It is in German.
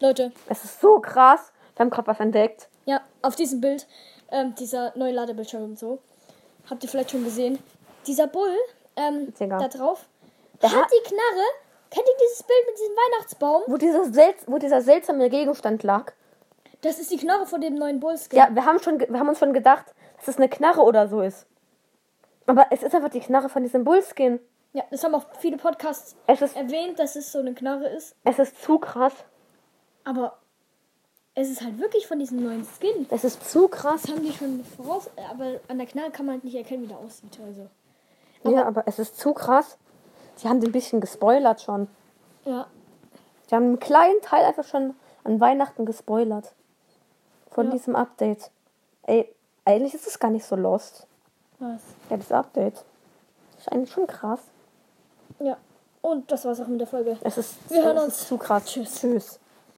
Leute, Es ist so krass. Wir haben gerade was entdeckt. ja, auf diesem Bild, ähm, dieser neue Ladebildschirm und so, habt ihr vielleicht schon gesehen. Dieser Bull, ähm, Ist egal. da drauf, Der hat, hat- die Knarre. Kennt ihr dieses Bild mit diesem Weihnachtsbaum? Wo dieser, selts wo dieser seltsame Gegenstand lag. Das ist die Knarre von dem neuen Bullskin. Ja, wir haben, schon, ge- wir haben uns schon gedacht, dass es eine Knarre oder so ist. Aber es ist einfach die Knarre von diesem Bullskin. ja, das haben auch viele Podcasts Es ist, erwähnt, dass es so eine Knarre ist. es ist zu krass. Aber es ist halt wirklich von diesem neuen Skin. Es ist zu krass. Das haben die schon voraus. äh, Aber an der Knarre kann man halt nicht erkennen, wie der aussieht. Also. Ja, aber es ist zu krass. Sie haben ein bisschen gespoilert schon. Ja. Sie haben einen kleinen Teil einfach schon an Weihnachten gespoilert. Von Ja. diesem Update. Ey, eigentlich ist es gar nicht so lost. Was? Ja, das Update. Das ist eigentlich schon krass. Ja. Und das war's auch mit der Folge. Es ist, Wir hören es uns. ist zu krass. Tschüss. Tschüss.